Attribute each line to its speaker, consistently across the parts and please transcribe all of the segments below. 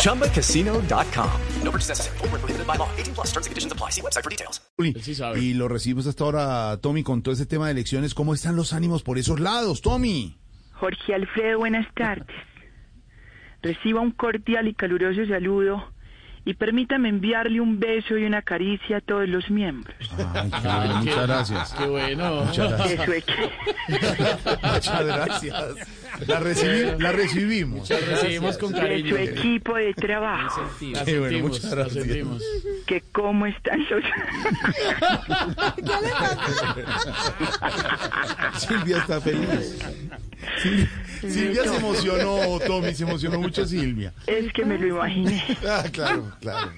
Speaker 1: ChumbaCasino.com. No purchase necessary. Void where prohibited by law. 18 plus terms and conditions apply. See website for details.
Speaker 2: Uy,
Speaker 3: Él sí sabe.
Speaker 2: Y lo recibimos hasta ahora, Tommy, con todo este tema de elecciones. ¿Cómo están los ánimos por esos lados, Tommy?
Speaker 4: Jorge Alfredo, buenas tardes. Reciba un cordial y caluroso saludo y permítame enviarle un beso y una caricia a todos los miembros
Speaker 2: Ay, qué bueno, Ah, muchas gracias.
Speaker 3: Qué bueno.
Speaker 4: de su equipo.
Speaker 2: Muchas gracias. La, recibi- la recibimos.
Speaker 3: Te recibimos con
Speaker 4: De su
Speaker 3: cariño.
Speaker 4: equipo de trabajo.
Speaker 3: La
Speaker 2: Qué bueno,
Speaker 3: sentimos,
Speaker 2: muchas
Speaker 3: la
Speaker 2: gracias.
Speaker 3: sentimos.
Speaker 4: Que cómo están los...
Speaker 2: Silvia está feliz. Sil- Silvia se emocionó, Tommy, se emocionó mucho Silvia.
Speaker 4: Es que me lo imaginé.
Speaker 2: Ah, claro, claro.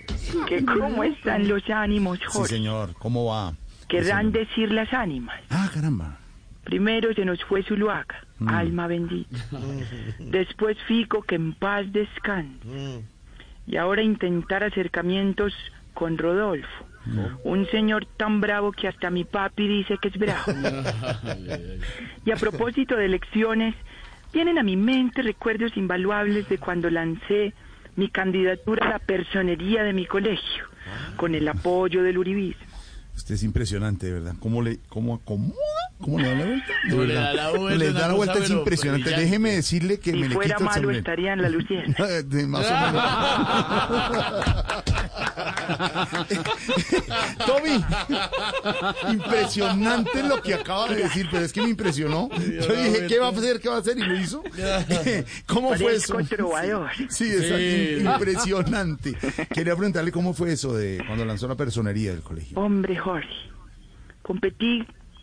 Speaker 4: Que cómo están los ánimos,
Speaker 2: Sí,
Speaker 4: Jorge.
Speaker 2: señor. ¿Cómo va?
Speaker 4: Querrán decir las ánimas.
Speaker 2: Ah, caramba.
Speaker 4: Primero se nos fue Zuluaga, alma bendita. Después Fico, que en paz descanse. Y ahora intentar acercamientos con Rodolfo. Un señor tan bravo que hasta mi papi dice que es bravo. y a propósito de elecciones, vienen a mi mente recuerdos invaluables de cuando lancé mi candidatura a la personería de mi colegio, con el apoyo del uribismo.
Speaker 2: Usted Pues, es impresionante, de verdad. ¿Cómo le, cómo acomoda? ¿Cómo le da la vuelta? De
Speaker 3: No, le
Speaker 2: verdad.
Speaker 3: da la vuelta,
Speaker 2: Le
Speaker 3: una
Speaker 2: da la vuelta,
Speaker 3: cosa,
Speaker 2: es
Speaker 3: pero
Speaker 2: impresionante.
Speaker 3: brillante.
Speaker 2: Déjeme decirle que
Speaker 4: Si
Speaker 2: me le
Speaker 4: fuera
Speaker 2: quita el
Speaker 4: malo
Speaker 2: sombrero.
Speaker 4: estaría en la lucierna.
Speaker 2: Eh, de más o menos. Tommy, impresionante lo que acaba de decir, pero es que me impresionó. Yo dije, ¿qué va a hacer? ¿Qué va a hacer? Y lo hizo. ¿Cómo fue eso?
Speaker 4: Parezco trovador.
Speaker 2: Sí, exacto, impresionante. Quería preguntarle cómo fue eso de cuando lanzó la personería del colegio.
Speaker 4: Hombre, Jorge, competí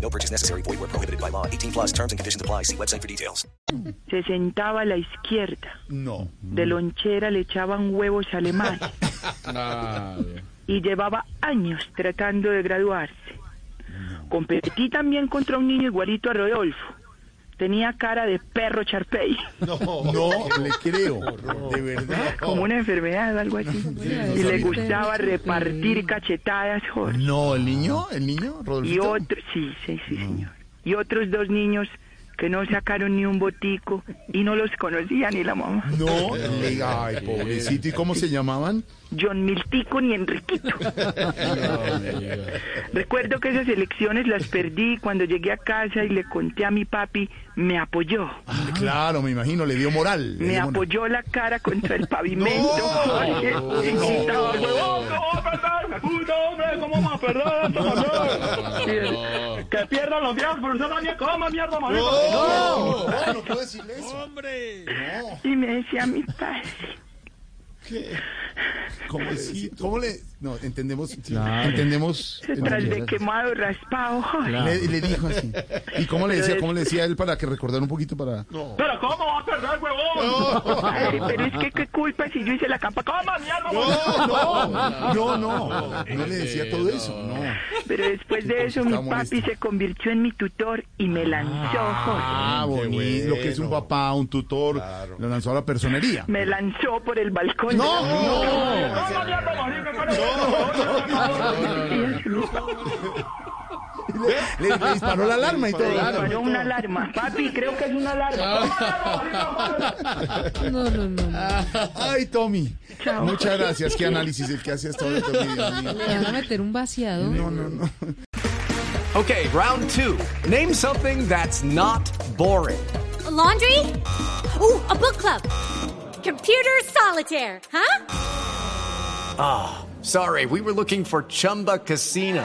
Speaker 5: No purchase necessary. Void where prohibited by law. 18 plus terms and conditions apply. See website for details.
Speaker 4: Se sentaba a la izquierda.
Speaker 2: No.
Speaker 4: De lonchera le echaban huevos alemanes. y llevaba años tratando de graduarse. Competí también contra un niño igualito a Rodolfo. Tenía cara de perro charpey,
Speaker 2: No le creo. De verdad.
Speaker 4: como una enfermedad o algo así. y le gustaba repartir cachetadas, Jorge.
Speaker 2: No, el niño, el niño,
Speaker 4: y
Speaker 2: Rodolfo.
Speaker 4: otro, sí, sí, sí, señor. Y otros dos niños que no sacaron ni un botico y no los conocía ni la mamá.
Speaker 2: No, le- ay, pobrecito. ¿Y cómo se llamaban?
Speaker 4: John Miltico ni Enriquito. Recuerdo que esas elecciones las perdí cuando llegué a casa y le conté a mi papi, me apoyó.
Speaker 2: Ah, Claro, me imagino, le dio moral. le
Speaker 4: Me
Speaker 2: dio moral.
Speaker 4: apoyó la cara contra el pavimento. Jorge, y gritaba, "Huevón, no, perdón, puta, hombre, ¿cómo vamos a perder esto, mamá?" Que pierdan los días, por eso no me coma, mierda, mamá.
Speaker 2: No, no, no puedo decirle eso.
Speaker 4: Y me decía mi padre,
Speaker 2: ¿Cómo le, cómo le- No, entendemos. Entendemos.
Speaker 4: tras de quemado, raspado, joder.
Speaker 2: Le, le dijo así. ¿Y cómo le decía? ¿Cómo le decía él para que recordar un poquito para.?
Speaker 4: Pero ¿cómo va a perder, huevón? Padre, pero es que qué culpa si yo hice la campa. ¡Coma, mierda, mamá!
Speaker 2: no, no, no. No le decía todo eso. No.
Speaker 4: Pero después
Speaker 2: Qué
Speaker 4: de eso, mi
Speaker 2: cosa
Speaker 4: papi
Speaker 2: tan molesta.
Speaker 4: se convirtió en mi tutor y me lanzó, Jorge.
Speaker 2: Ah, bonito. Lo que es un papá, un tutor. Lo lanzó a la personería.
Speaker 4: Me lanzó por el balcón.
Speaker 2: No, no.
Speaker 4: ¡Coma, mierda, marica, cara,
Speaker 2: Le, le disparó la alarma y todo.
Speaker 4: Paró una alarma. Papi, creo que es una alarma.
Speaker 2: Ay, Tommy.
Speaker 4: Chao.
Speaker 2: Muchas gracias. Qué análisis el que hace hasta ahora, Tommy. Dios mío.
Speaker 6: van a meter un vaciado.
Speaker 2: No, no, no.
Speaker 1: Okay, round two. Name something that's not boring.
Speaker 7: A laundry? Ooh, a book club. Computer solitaire, huh?
Speaker 1: Sorry, we were looking for Chumba Casino.